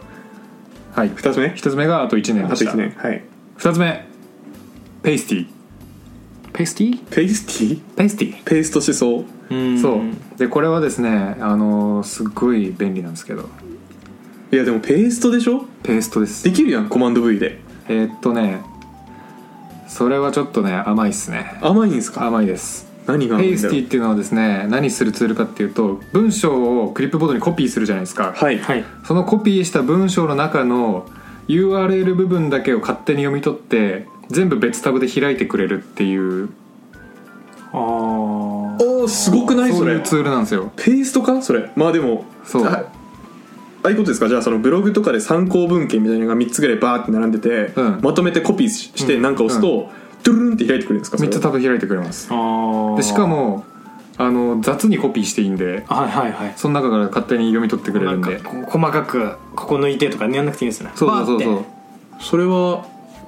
[SPEAKER 2] はい
[SPEAKER 1] 2つ目
[SPEAKER 2] 一つ目があと1年
[SPEAKER 1] あ
[SPEAKER 2] で
[SPEAKER 1] と
[SPEAKER 2] した
[SPEAKER 1] 1年はい
[SPEAKER 2] 二つ目ペイスティ
[SPEAKER 3] ペースティ
[SPEAKER 1] ペースティー
[SPEAKER 2] ペイスティ
[SPEAKER 1] ペーストしそう
[SPEAKER 3] ー
[SPEAKER 2] そうでこれはですねあのーすっごい便利なんですけど
[SPEAKER 1] いやでもペーストでしょ
[SPEAKER 2] ペーストです
[SPEAKER 1] できるやんコマンド V で
[SPEAKER 2] えーっとねそれはちょっとね甘いっすね
[SPEAKER 1] 甘いんですか
[SPEAKER 2] 甘いです
[SPEAKER 1] 何が甘
[SPEAKER 2] ペ
[SPEAKER 1] い
[SPEAKER 2] イ
[SPEAKER 1] ん
[SPEAKER 2] ス
[SPEAKER 1] だ
[SPEAKER 2] テ
[SPEAKER 1] ろ
[SPEAKER 2] ィ
[SPEAKER 1] う
[SPEAKER 2] っていうのはですね何するツールかっていうと文章をクリップボードにコピーするじゃないですか、
[SPEAKER 1] はい、
[SPEAKER 3] はい
[SPEAKER 2] そのコピーした文章の中の URL 部分だけを勝手に読み取って全部別タブで開いてくれるっていう
[SPEAKER 3] あー
[SPEAKER 1] おおすごくないそ
[SPEAKER 2] そうい
[SPEAKER 1] れ
[SPEAKER 2] うツールなんですよ
[SPEAKER 1] ペーストかそれまあでも
[SPEAKER 2] そう
[SPEAKER 1] あああいうことですかじゃあそのブログとかで参考文献みたいなのが3つぐらいバーって並んでて、
[SPEAKER 2] うん
[SPEAKER 1] まとめてコピーししてなんか押すと、ドゥルルンって開いてくれるんですかそれ
[SPEAKER 2] 3つタブ開いてくれます
[SPEAKER 3] あー
[SPEAKER 2] でしかもあの雑にコピーしていいんで
[SPEAKER 3] はいはいはい
[SPEAKER 2] その中から勝手に読み取ってくれるんで
[SPEAKER 3] なんかこう細かくここ抜いてとかやんなくていいんですね
[SPEAKER 2] そうそうそうそう
[SPEAKER 3] バーって
[SPEAKER 1] それは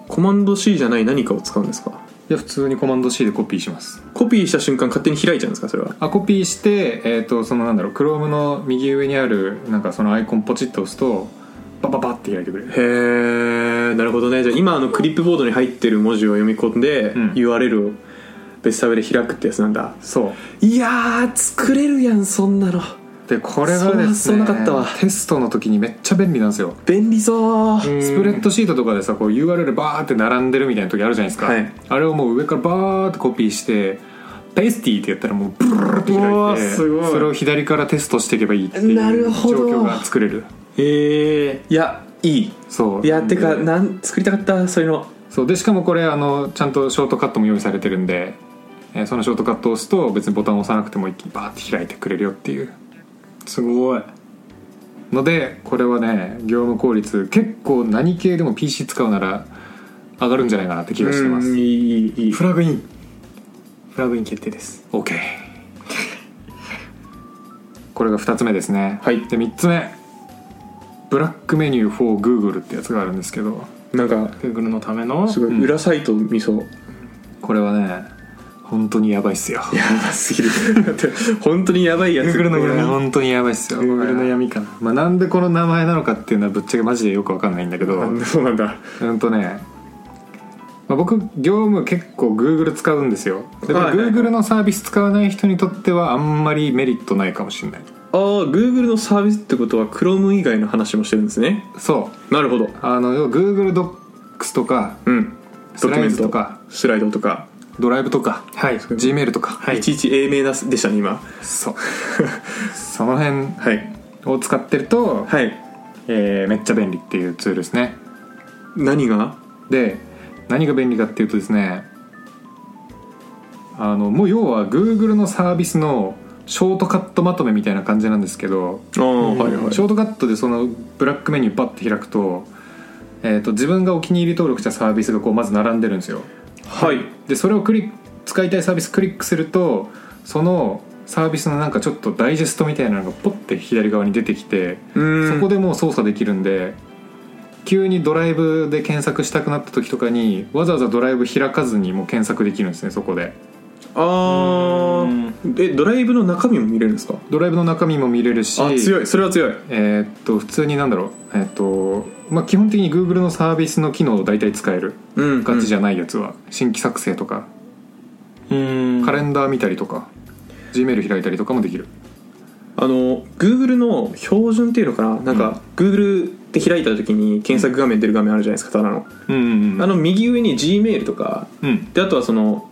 [SPEAKER 1] コマンド C じゃない何かを使うんですか
[SPEAKER 2] いや普通にコマンド C でコピーします
[SPEAKER 1] コピーした瞬間勝手に開いちゃうんですかそれは
[SPEAKER 2] あコピーしてえっ、とそのなんだろう Chrome の右上にあるなんかそのアイコンポチッと押すとバババって開いてくれる
[SPEAKER 1] へえなるほどねじゃあ今あのクリップボードに入ってる文字を読み込んで、
[SPEAKER 2] うん
[SPEAKER 1] URL を別タブで開くってやつなんだ
[SPEAKER 2] そう
[SPEAKER 1] いやー作れるやんそんなの
[SPEAKER 2] でこれがです
[SPEAKER 1] そんな発想な
[SPEAKER 2] ね
[SPEAKER 1] かったわ
[SPEAKER 2] テストの時にめっちゃ便利なんですよ
[SPEAKER 1] 便利そう
[SPEAKER 3] うん
[SPEAKER 2] スプレッドシートとかでさこう URL バーって並んでるみたいな時あるじゃないですか、
[SPEAKER 1] はい
[SPEAKER 2] あれをもう上からバーってコピーして「ペースティ」ってやったらもうブルルルルって
[SPEAKER 1] う
[SPEAKER 2] 開
[SPEAKER 1] わ
[SPEAKER 2] いて
[SPEAKER 1] すごい
[SPEAKER 2] それを左からテストしていけばいいっていう
[SPEAKER 1] なるほど
[SPEAKER 2] 状況が作れる
[SPEAKER 1] へえいやいい
[SPEAKER 2] そう
[SPEAKER 1] いやてか
[SPEAKER 2] で
[SPEAKER 1] なん作りたかったそういうの
[SPEAKER 2] そうでしかもこれあのちゃんとショートカットも用意されてるんで、えーそのショートカットを押すと別にボタンを押さなくても一気にバーって開いてくれるよっていう
[SPEAKER 3] すごい
[SPEAKER 2] のでこれはね業務効率結構何系でも PC 使うなら上がるんじゃないかなって気がしてま
[SPEAKER 1] うん
[SPEAKER 2] す
[SPEAKER 1] いいいいいい
[SPEAKER 3] フラグインフラグイン決定です
[SPEAKER 2] OK これが2つ目ですね
[SPEAKER 1] はい
[SPEAKER 2] で3つ目ブラックメニュー for Google ってやつがあるんですけど
[SPEAKER 1] なんか
[SPEAKER 3] Google のための
[SPEAKER 1] すごい裏サイト見そう
[SPEAKER 2] これはね本当にやばいっすよ
[SPEAKER 1] やばすぎるだって本当にやばいやつ
[SPEAKER 3] Google の
[SPEAKER 2] これ
[SPEAKER 3] 闇
[SPEAKER 2] 本当にやばいっすよ
[SPEAKER 3] Google の闇かな
[SPEAKER 2] まあ、なんでこの名前なのかっていうのはぶっちゃけマジでよくわかんないんだけど
[SPEAKER 1] あそうなんだ
[SPEAKER 2] うんとね、まあ、僕業務結構 Google 使うんですよでも
[SPEAKER 1] はいはいはい
[SPEAKER 2] Google のサービス使わない人にとってはあんまりメリットないかもしれない
[SPEAKER 1] ああ Google のサービスってことは Chrome 以外の話もしてるんですね
[SPEAKER 2] そう
[SPEAKER 1] なるほど
[SPEAKER 2] あの要は Google ドックスとか
[SPEAKER 1] うん
[SPEAKER 2] スライズ
[SPEAKER 1] ド
[SPEAKER 2] と
[SPEAKER 1] キュメン
[SPEAKER 2] か
[SPEAKER 1] トスライドとか、
[SPEAKER 2] ドライブとか
[SPEAKER 3] はい
[SPEAKER 2] Gmail とか、
[SPEAKER 3] はい
[SPEAKER 1] い、ちいち英明だすでしたね今
[SPEAKER 2] そうその辺
[SPEAKER 1] はい
[SPEAKER 2] を使ってると、
[SPEAKER 1] はい
[SPEAKER 2] えーめっちゃ便利っていうツールですね
[SPEAKER 1] 何が
[SPEAKER 2] で何が便利かっていうとですねあのもう要は Google のサービスのショートカットまとめみたいな感じなんですけど、
[SPEAKER 1] ああ、はいはい
[SPEAKER 2] ショートカットでそのブラックメニューパッて開くとえー、と自分がお気に入り登録したサービスがこうまず並んでるんですよ
[SPEAKER 1] はい
[SPEAKER 2] でそれをクリック使いたいサービスクリックするとそのサービスのなんかちょっとダイジェストみたいなのがポッて左側に出てきて
[SPEAKER 1] うん
[SPEAKER 2] そこでもう操作できるんで急にドライブで検索したくなった時とかにわざわざドライブ開かずにもう検索できるんですねそこで
[SPEAKER 1] あーえドライブの中身も見れるんですか
[SPEAKER 2] ドライブの中身も見れるし
[SPEAKER 1] あ強いそれは強い
[SPEAKER 2] えーっと普通になんだろうえーっとまあ基本的に Google のサービスの機能を大体使える
[SPEAKER 1] うん
[SPEAKER 2] ガチじ
[SPEAKER 1] ゃん
[SPEAKER 2] ゃないやつは、新規作成とか
[SPEAKER 3] うん
[SPEAKER 2] カレンダー見たりとか Gmail 開いたりとかもできる
[SPEAKER 1] あの Google の標準っていうのかななんか、Google で開いた時に検索画面出る画面あるじゃないですかただの、
[SPEAKER 2] うんうんうん
[SPEAKER 1] あの右上に Gmail とか
[SPEAKER 2] うん
[SPEAKER 1] であとはその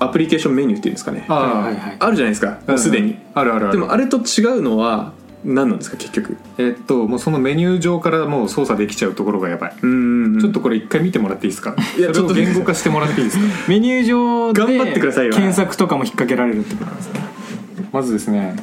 [SPEAKER 1] アプリケーションメニューっていうんですかね
[SPEAKER 2] あ
[SPEAKER 1] あ
[SPEAKER 2] あ
[SPEAKER 3] はいはいはい
[SPEAKER 1] るじゃないですかもうすでに、
[SPEAKER 2] あるあるあ
[SPEAKER 1] で
[SPEAKER 2] る
[SPEAKER 1] もあれと違うのは何なんですか結局
[SPEAKER 2] えーっともうそのメニュー上からもう操作できちゃうところがやばい、
[SPEAKER 1] うん
[SPEAKER 2] ちょっとこれ一回見てもらっていいですか
[SPEAKER 1] いや
[SPEAKER 2] それ
[SPEAKER 1] ちょ
[SPEAKER 2] を
[SPEAKER 1] っと
[SPEAKER 2] 言語化してもらっていいですか
[SPEAKER 3] メニュー上で
[SPEAKER 1] 頑張ってくださいよ
[SPEAKER 3] 検索とかも引っ掛けられるってことなんですね
[SPEAKER 2] まずですね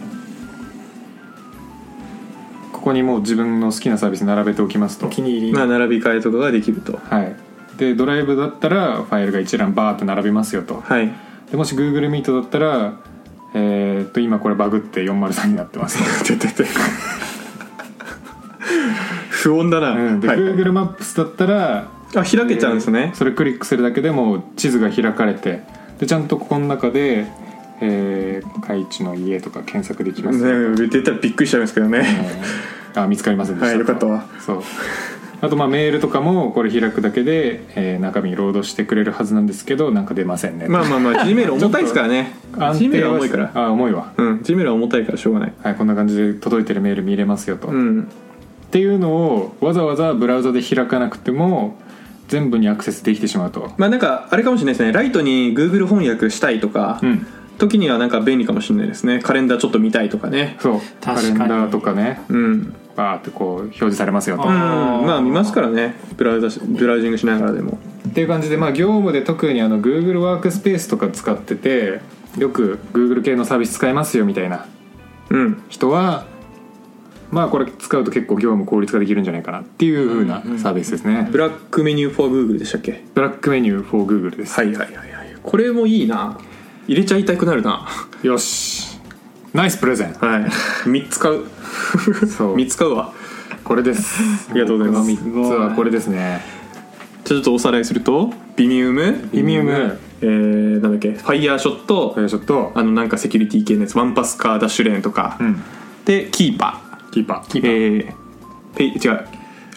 [SPEAKER 2] ここにもう自分の好きなサービス並べておきますと
[SPEAKER 3] お気に入り
[SPEAKER 1] まあ並び替えとかができると
[SPEAKER 2] はいでドライブだったらファイルが一覧バーッと並びますよと
[SPEAKER 1] はい
[SPEAKER 2] でもし Google Meet だったらえーっと今これバグって403になって ますと
[SPEAKER 1] 不穏だな、
[SPEAKER 2] うんで
[SPEAKER 1] はい
[SPEAKER 2] Google マップスだったら
[SPEAKER 1] あ開けちゃうんですね、
[SPEAKER 2] それクリックするだけでもう地図が開かれてでちゃんとここの中で「えー、海地の家」とか検索できますよ、
[SPEAKER 1] ね出たらびっくりしちゃいますけどね、
[SPEAKER 2] うん あ見つかりませんでした
[SPEAKER 1] はいよかったわ
[SPEAKER 2] そうあとまあメールとかもこれ開くだけで、えー中身ロードしてくれるはずなんですけどなんか出ませんね
[SPEAKER 1] まあまあ まあ G メール重たいですからね G メールは重いから
[SPEAKER 2] あ重いわ
[SPEAKER 1] うん、ジメルは重たいからしょうがない。
[SPEAKER 2] はいこんな感じで届いてるメール見れますよと、
[SPEAKER 1] う
[SPEAKER 2] っ
[SPEAKER 1] ん。
[SPEAKER 2] ていうのをわざわざブラウザで開かなくても全部にアクセスできてしまうと
[SPEAKER 1] まあなんか、あれかもしれないですね。ライトに Google 翻訳したいとか、
[SPEAKER 2] うん
[SPEAKER 1] 時にはなんか便利かもしれないですね。カレンダーちょっと見たいとかね。
[SPEAKER 2] そう
[SPEAKER 3] 確かに
[SPEAKER 2] カレンダーとかね
[SPEAKER 1] うん。うん、
[SPEAKER 2] バーってこう表示されますよと
[SPEAKER 3] あー
[SPEAKER 1] まあ見ますからね。ブラウザし、ブラウジングしながらでも。
[SPEAKER 2] っていう感じで、まあ、業務で特にあの Google ワークスペースとか使っててよく Google 系のサービス使えますよみたいな
[SPEAKER 1] うん。
[SPEAKER 2] 人はまあこれ使うと結構業務効率化できるんじゃないかなっていう風なサービスですね、
[SPEAKER 1] ブラックメニュー for Google でしたっけ
[SPEAKER 2] ブラックメニュー for Google です、
[SPEAKER 1] はいはいはいはい。これもいいな。入れちゃいたくなるな。
[SPEAKER 2] よしナイスプレゼン
[SPEAKER 1] はい。3つ買う。
[SPEAKER 2] そう
[SPEAKER 1] 3つ買うわ。
[SPEAKER 2] これです
[SPEAKER 1] ありがとうございます
[SPEAKER 2] 僕の3つはこれですね
[SPEAKER 1] じゃあちょっとおさらいすると、ビミウム、
[SPEAKER 2] リミウム
[SPEAKER 1] えー、なんだっけ、ファイヤーショット
[SPEAKER 2] こ、れちょっと
[SPEAKER 1] あのなんかセキュリティ系のやつワンパスカーダッシュレーンとか、
[SPEAKER 2] うん
[SPEAKER 1] でキーパ
[SPEAKER 2] キーパー
[SPEAKER 1] ーえーペイ違う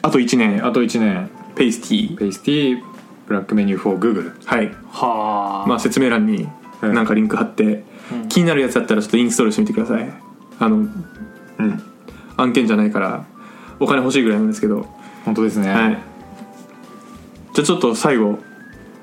[SPEAKER 1] あと1年あ
[SPEAKER 2] あと1年
[SPEAKER 1] ペイスティ
[SPEAKER 2] ペイスティブラックメニュー for Google
[SPEAKER 1] はい
[SPEAKER 3] はあ、
[SPEAKER 1] まあ説明欄に
[SPEAKER 2] うん
[SPEAKER 1] なんかリンク貼って、気になるやつだったらちょっとインストールしてみてくださいあの
[SPEAKER 2] うん
[SPEAKER 1] 案件じゃないからお金欲しいぐらいなんですけど
[SPEAKER 2] 本当ですね、
[SPEAKER 1] はいじゃあちょっと最後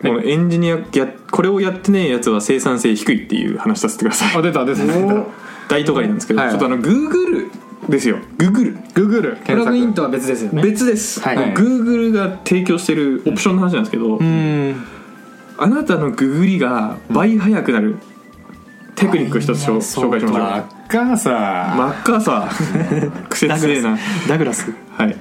[SPEAKER 1] このエンジニアやこれをやってねえやつは生産性低いっていう話させてください
[SPEAKER 2] あ出た出た出た
[SPEAKER 1] 大都会なんですけど、
[SPEAKER 2] はい
[SPEAKER 1] ちょっとあの Google ですよ Google
[SPEAKER 2] Google
[SPEAKER 3] プ
[SPEAKER 2] 検
[SPEAKER 3] ラグイ
[SPEAKER 2] 索
[SPEAKER 3] ンとは別ですよね
[SPEAKER 1] 別です、
[SPEAKER 3] はい
[SPEAKER 1] Google が提供してるオプションの話なんですけど、
[SPEAKER 3] うん
[SPEAKER 1] あなたのググりが倍速くなるテクニックを一つ紹
[SPEAKER 3] そう
[SPEAKER 1] 紹介しましょう
[SPEAKER 2] マッカーサ
[SPEAKER 1] マッカーサー癖強えな
[SPEAKER 3] ダグラス
[SPEAKER 1] はい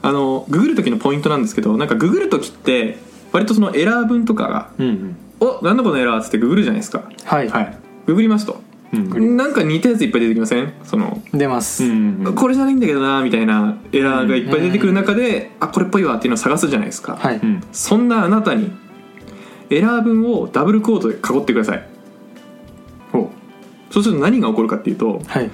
[SPEAKER 1] あのググる時のポイントなんですけどなんかググる時って割とそのエラー文とかが
[SPEAKER 2] ーうん
[SPEAKER 1] 「おなんだこのエラー」っつってググるじゃないですか
[SPEAKER 3] はい、
[SPEAKER 2] はい
[SPEAKER 1] ググりますと、
[SPEAKER 2] うん
[SPEAKER 1] なんか似たやついっぱい出てきませんその
[SPEAKER 3] 出ます、
[SPEAKER 2] うんうん
[SPEAKER 1] これじゃないんだけどなみたいなエラーがいっぱい出てくる中で、あこれっぽいわっていうのを探すじゃないですか、
[SPEAKER 3] はい、
[SPEAKER 2] うん
[SPEAKER 1] そんなあなたにエラー文をダブルコードで囲ってください
[SPEAKER 2] ほ
[SPEAKER 1] そうすると何が起こるかっていうと
[SPEAKER 3] はい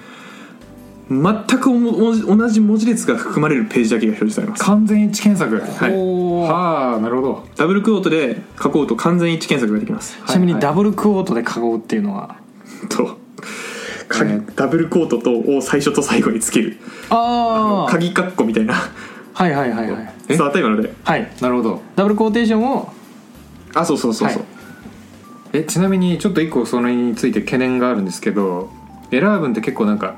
[SPEAKER 1] 全くおも同じ同じ文字列が含まれるページだけが表示されま
[SPEAKER 2] う
[SPEAKER 1] す
[SPEAKER 2] 完全一致検索
[SPEAKER 1] はい
[SPEAKER 3] おー
[SPEAKER 2] はあなるほど
[SPEAKER 1] ダブルコードで囲うと完全一致検索ができます
[SPEAKER 3] ちな
[SPEAKER 2] は
[SPEAKER 3] みに
[SPEAKER 2] いはい
[SPEAKER 3] ダブルクオートで囲うっていうのは
[SPEAKER 1] と鍵ダブルコードとを最初と最後につける
[SPEAKER 3] あ
[SPEAKER 1] 鍵括弧みたいな
[SPEAKER 3] はいはいはいはい
[SPEAKER 1] 伝わった今ので
[SPEAKER 3] はい
[SPEAKER 2] なるほど
[SPEAKER 3] ダブルコーテーションを
[SPEAKER 1] あそうそうそうそう、
[SPEAKER 3] は
[SPEAKER 2] えちなみにちょっと一個それについて懸念があるんですけどエラー文って結構なんか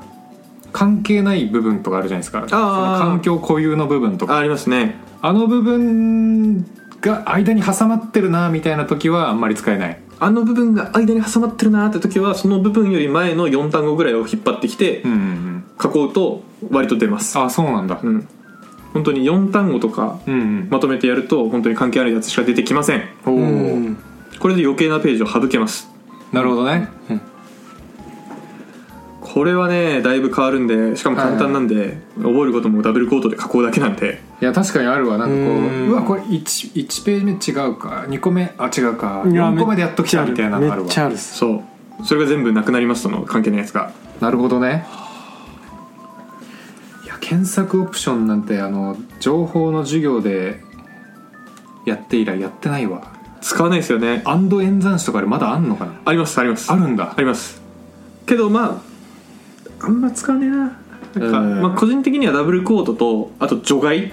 [SPEAKER 2] 関係ない部分とかあるじゃないですかその環境固有の部分と
[SPEAKER 1] あ
[SPEAKER 2] か
[SPEAKER 1] ありますね
[SPEAKER 2] あの部分が間に挟まってるなみたいな時はあんまり使えない
[SPEAKER 1] あの部分が間に挟まってるなーって時はその部分より前の4単語ぐらいを引っ張ってきて
[SPEAKER 2] うんうんうん
[SPEAKER 1] 囲うと割と出ます
[SPEAKER 2] あそうなんだ
[SPEAKER 1] うん、本当に4単語とか
[SPEAKER 2] うんうん
[SPEAKER 1] まとめてやると本当に関係あるやつしか出てきません
[SPEAKER 2] お
[SPEAKER 3] う
[SPEAKER 2] ー
[SPEAKER 3] ん
[SPEAKER 1] これで余計なページを省けます
[SPEAKER 2] なるほどね
[SPEAKER 1] これはねだいぶ変わるんでしかも簡単なんで、覚えることもダブルコートで書こうだけなんで
[SPEAKER 2] いや確かにあるわなんかこう
[SPEAKER 3] うん
[SPEAKER 2] うわこれ 1, 1ページ目違うか2個目あ違うか
[SPEAKER 3] いや
[SPEAKER 2] 4個目でやっときた
[SPEAKER 3] めっ
[SPEAKER 2] み
[SPEAKER 3] ち
[SPEAKER 2] た
[SPEAKER 3] ゃ
[SPEAKER 2] いな
[SPEAKER 3] ある
[SPEAKER 2] のある
[SPEAKER 3] めっ
[SPEAKER 2] わ
[SPEAKER 3] ちゃあるっす
[SPEAKER 1] そうそれが全部なくなりますその関係ないやつが
[SPEAKER 2] なるほどねいや検索オプションなんてあの情報の授業でやって以来やってないわ
[SPEAKER 1] 使わないですよね
[SPEAKER 2] アンド演算子とかでまだあんのかな
[SPEAKER 1] ありますあります
[SPEAKER 2] あるんだ
[SPEAKER 1] ありますけどまああんま使わねえななんか、
[SPEAKER 2] うん
[SPEAKER 1] まあ、個人的にはダブルコートとあと除外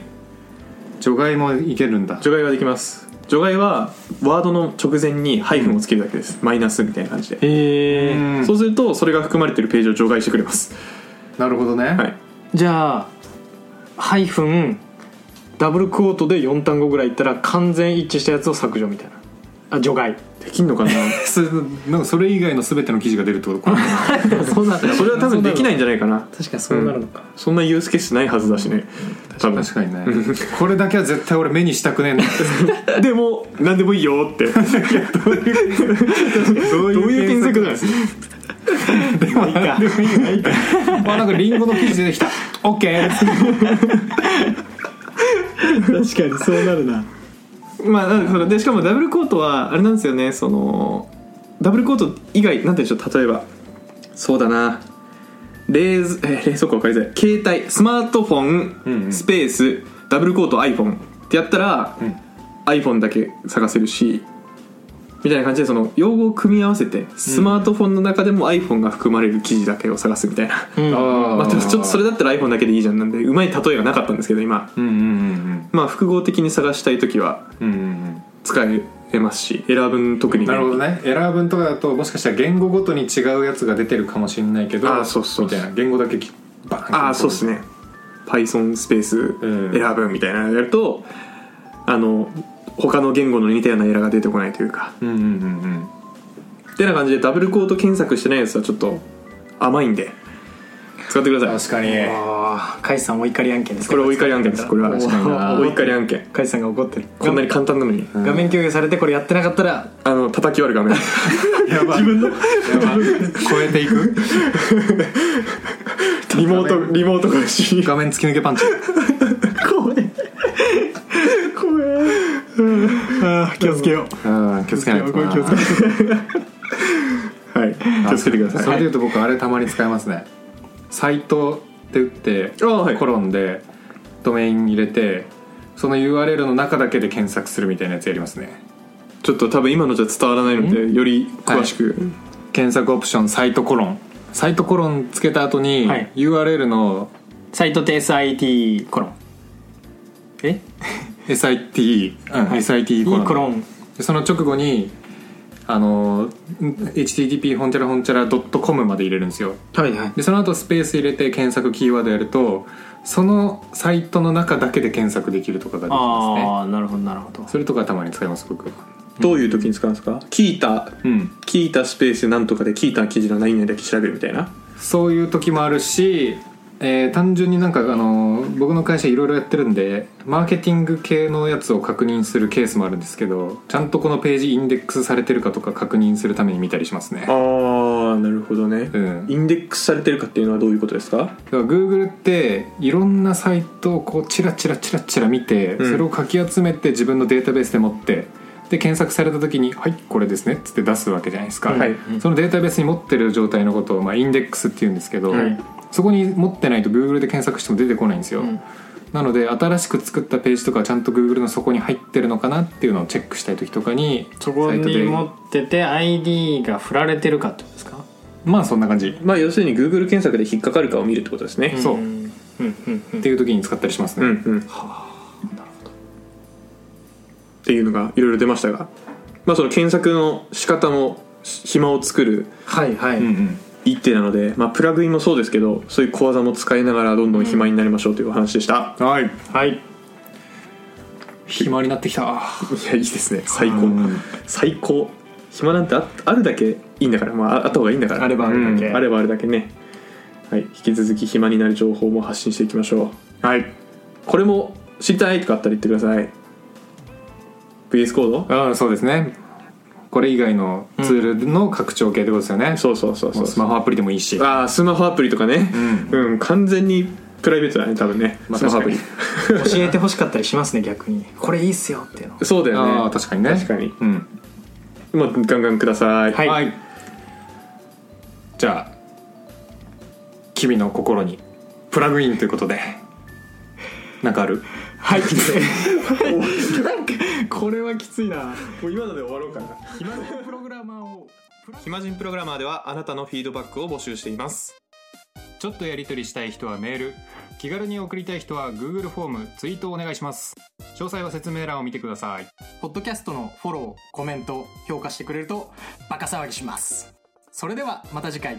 [SPEAKER 2] 除外もいけるんだ
[SPEAKER 1] 除外はできます除外はワードの直前にハイフンをつけるだけです、マイナスみたいな感じで、
[SPEAKER 3] へえ
[SPEAKER 2] うん
[SPEAKER 1] そうするとそれが含まれてるページを除外してくれます
[SPEAKER 2] なるほどね、
[SPEAKER 1] はい
[SPEAKER 3] じゃあハイフンダブルクォートで4単語ぐらいいったら完全一致したやつを削除みたいなあ除外
[SPEAKER 1] できんのかな
[SPEAKER 2] それなんかそれ以外の全ての記事が出るってことこれ
[SPEAKER 3] そう な る
[SPEAKER 1] それは多分できないんじゃないかな
[SPEAKER 3] 確かにそうなるのか、
[SPEAKER 1] そんなユースケースないはずだしね多分
[SPEAKER 2] 確 かにねこれだけは絶対俺目にしたくねえんだ
[SPEAKER 1] でも何でもいいよって
[SPEAKER 2] ど
[SPEAKER 1] どういう検索なんです
[SPEAKER 3] まあいいか
[SPEAKER 2] あなんかリンゴの記事出てきた OK
[SPEAKER 3] 確かにそうなるな
[SPEAKER 1] まあなんでそのでしかもダブルコートはあれなんですよねそのダブルコート以外なんて言うんでしょう例えばそうだな冷蔵えー冷蔵庫分かりづらい携帯スマートフォン、
[SPEAKER 2] うんうん
[SPEAKER 1] スペースダブルコート iPhone ってやったら、
[SPEAKER 2] ん
[SPEAKER 1] iPhone だけ探せるしみたいな感じでその用語を組み合わせてスマートフォンの中でも iPhone が含まれる記事だけを探すみたいな、
[SPEAKER 3] うん
[SPEAKER 2] あ
[SPEAKER 1] まあ、ちょっとちょっとそれ
[SPEAKER 2] だ
[SPEAKER 1] だったら iPhone だけでいいじゃんなんでうまい例えがなかったんですけど今
[SPEAKER 2] うんうんうん
[SPEAKER 1] まあ複合的に探したい時は
[SPEAKER 2] うんうんうん
[SPEAKER 1] 使えますし選ぶ特
[SPEAKER 2] う
[SPEAKER 1] に
[SPEAKER 2] んなるほどねエラー文とかだともしかしたら言語ごとに違うやつが出てるかもしれないけど
[SPEAKER 1] あーそうそう
[SPEAKER 2] みたいな言語だけきバーン
[SPEAKER 1] ああそうですね Python スペース
[SPEAKER 2] うん
[SPEAKER 1] 選ぶみたいなのやると、あの他の言語の似たようなエラーが出てこないというか
[SPEAKER 2] うんうんうんうん
[SPEAKER 1] ってな感じでダブルコート検索してないやつはちょっと甘いんで使ってください
[SPEAKER 2] 確かに
[SPEAKER 3] ああカイさんお怒り案件です
[SPEAKER 1] これお怒り案件ですこれはお怒り案件
[SPEAKER 3] カイさんが怒ってる
[SPEAKER 1] こんなに簡単なのに、
[SPEAKER 3] 画面共有されてこれやってなかったら
[SPEAKER 1] あの叩き割る画面
[SPEAKER 2] やばい自分の超えていく
[SPEAKER 1] リモー トリモート越しに
[SPEAKER 2] 画面突き抜けパンチ
[SPEAKER 3] 怖い怖いあー気をつけよう
[SPEAKER 2] うん気をつけないとな
[SPEAKER 3] 気をつけ
[SPEAKER 1] はい気をつけてくだ
[SPEAKER 2] そ
[SPEAKER 1] さ
[SPEAKER 2] れ
[SPEAKER 1] い
[SPEAKER 2] でいうと僕あれたまに使いますねサイトって打って
[SPEAKER 1] あはい
[SPEAKER 2] コロンでドメイン入れてその URL の中だけで検索するみたいなやつやりますね
[SPEAKER 1] ちょっと多分今のじゃ伝わらないのでより詳しく、
[SPEAKER 2] 検索オプションサイトコロンサイトコロンつけた後に
[SPEAKER 3] はい
[SPEAKER 2] URL の
[SPEAKER 3] サイトテ SIT コロンえ
[SPEAKER 2] SIT、うん
[SPEAKER 3] はい
[SPEAKER 2] SIT
[SPEAKER 3] い
[SPEAKER 2] コロン
[SPEAKER 3] いコロン
[SPEAKER 2] でその直後にあの http ほんちゃらほんちゃら .com まで入れるんですよ
[SPEAKER 3] はいはい
[SPEAKER 2] でその後スペース入れて検索キーワードやるとそのサイトの中だけで検索できるとかができますね
[SPEAKER 3] ああなるほどなるほど
[SPEAKER 2] それとかたまに使います僕
[SPEAKER 1] どういう時に使うんですか聞いた
[SPEAKER 2] うん
[SPEAKER 1] 聞いたスペースなんとかで聞いた記事の何々だけ調べるみたいな
[SPEAKER 2] そういう時もあるし、えー単純になんかあの僕の会社いろいろやってるんでマーケティング系のやつを確認するケースもあるんですけどちゃんとこのページインデックスされてるかとか確認するために見たりしますね
[SPEAKER 1] ああなるほどね、
[SPEAKER 2] うん
[SPEAKER 1] インデックスされてるかっていうのはどういうことですか
[SPEAKER 2] だから Google っていろんなサイトをこうチラチラチラチラ見て、
[SPEAKER 1] ん
[SPEAKER 2] それをかき集めて自分のデータベースで持ってで検索された時に「はいこれですね」っつって出すわけじゃないですか、
[SPEAKER 1] はい
[SPEAKER 2] そのデータベースに持ってる状態のことを、まあ、インデックスっていうんですけど、
[SPEAKER 3] はい
[SPEAKER 2] そこに持ってないと Google で検索しても出てこないんですよ、
[SPEAKER 3] ん
[SPEAKER 2] なので新しく作ったページとかはちゃんと Google の底に入ってるのかなっていうのをチェックしたい時とかに
[SPEAKER 3] そこ
[SPEAKER 2] サイト
[SPEAKER 3] に
[SPEAKER 2] で
[SPEAKER 3] 持ってて ID が振られてるかってことですか
[SPEAKER 2] まあそんな感じっ
[SPEAKER 1] まあ要するに Google 検索で引っかかるかを見るってことですね
[SPEAKER 2] そう
[SPEAKER 3] うんうんうん
[SPEAKER 2] ていう時に使ったりします
[SPEAKER 1] う
[SPEAKER 2] ね、
[SPEAKER 1] んうんはあなるほどっていうのがいろいろ出ましたがまあその検索の仕方も暇を作る
[SPEAKER 3] はいはい、
[SPEAKER 2] うんうん
[SPEAKER 1] 一手なので、まあ、プラグインもそうですけどそういう小技も使いながらどんどん暇になりましょうというお話でした、
[SPEAKER 2] はい
[SPEAKER 3] はい
[SPEAKER 2] 暇になってきた
[SPEAKER 1] いやいいですね最高
[SPEAKER 2] うん
[SPEAKER 1] 最高暇なんてああるだけいいんだから、まあ、ああった方がいいんだから
[SPEAKER 3] あればあるだけ、
[SPEAKER 1] あればあるだけね、はい、引き続き暇になる情報も発信していきましょう
[SPEAKER 2] はい
[SPEAKER 1] これも知りたいとかあったら言ってください VS コード
[SPEAKER 2] うんそうですねこれ以外のツールの拡張系ってことですよね、
[SPEAKER 1] そうそうそう
[SPEAKER 2] も
[SPEAKER 1] そう
[SPEAKER 2] うスマホアプリでもいいし
[SPEAKER 1] ああスマホアプリとかね
[SPEAKER 2] う
[SPEAKER 1] うん、完全にプライベートだね多分ね、
[SPEAKER 2] まあスマホアプリ
[SPEAKER 1] 確か
[SPEAKER 3] 教えてほしかったりしますね逆にこれいいっすよっていうの
[SPEAKER 1] にそうだ
[SPEAKER 2] あ
[SPEAKER 1] よ
[SPEAKER 2] あ
[SPEAKER 1] ね
[SPEAKER 2] 確かにね
[SPEAKER 1] 確かに
[SPEAKER 2] うん
[SPEAKER 1] まあガンガンください
[SPEAKER 3] はい
[SPEAKER 2] はい、じゃあ君の心にプラグインということでなんかある
[SPEAKER 3] はいなんかこれはきついな
[SPEAKER 1] もう今ので終わろうかな
[SPEAKER 3] 暇なプログラマーを
[SPEAKER 1] 暇人プログラマーではあなたのフィードバックを募集しています
[SPEAKER 2] ちょっとやり取りしたい人はメール気軽に送りたい人は Google フォームツイートお願いします詳細は説明欄を見てください
[SPEAKER 3] ポッドキャストのフォローコメント評価してくれるとバカ騒ぎしますそれではまた次回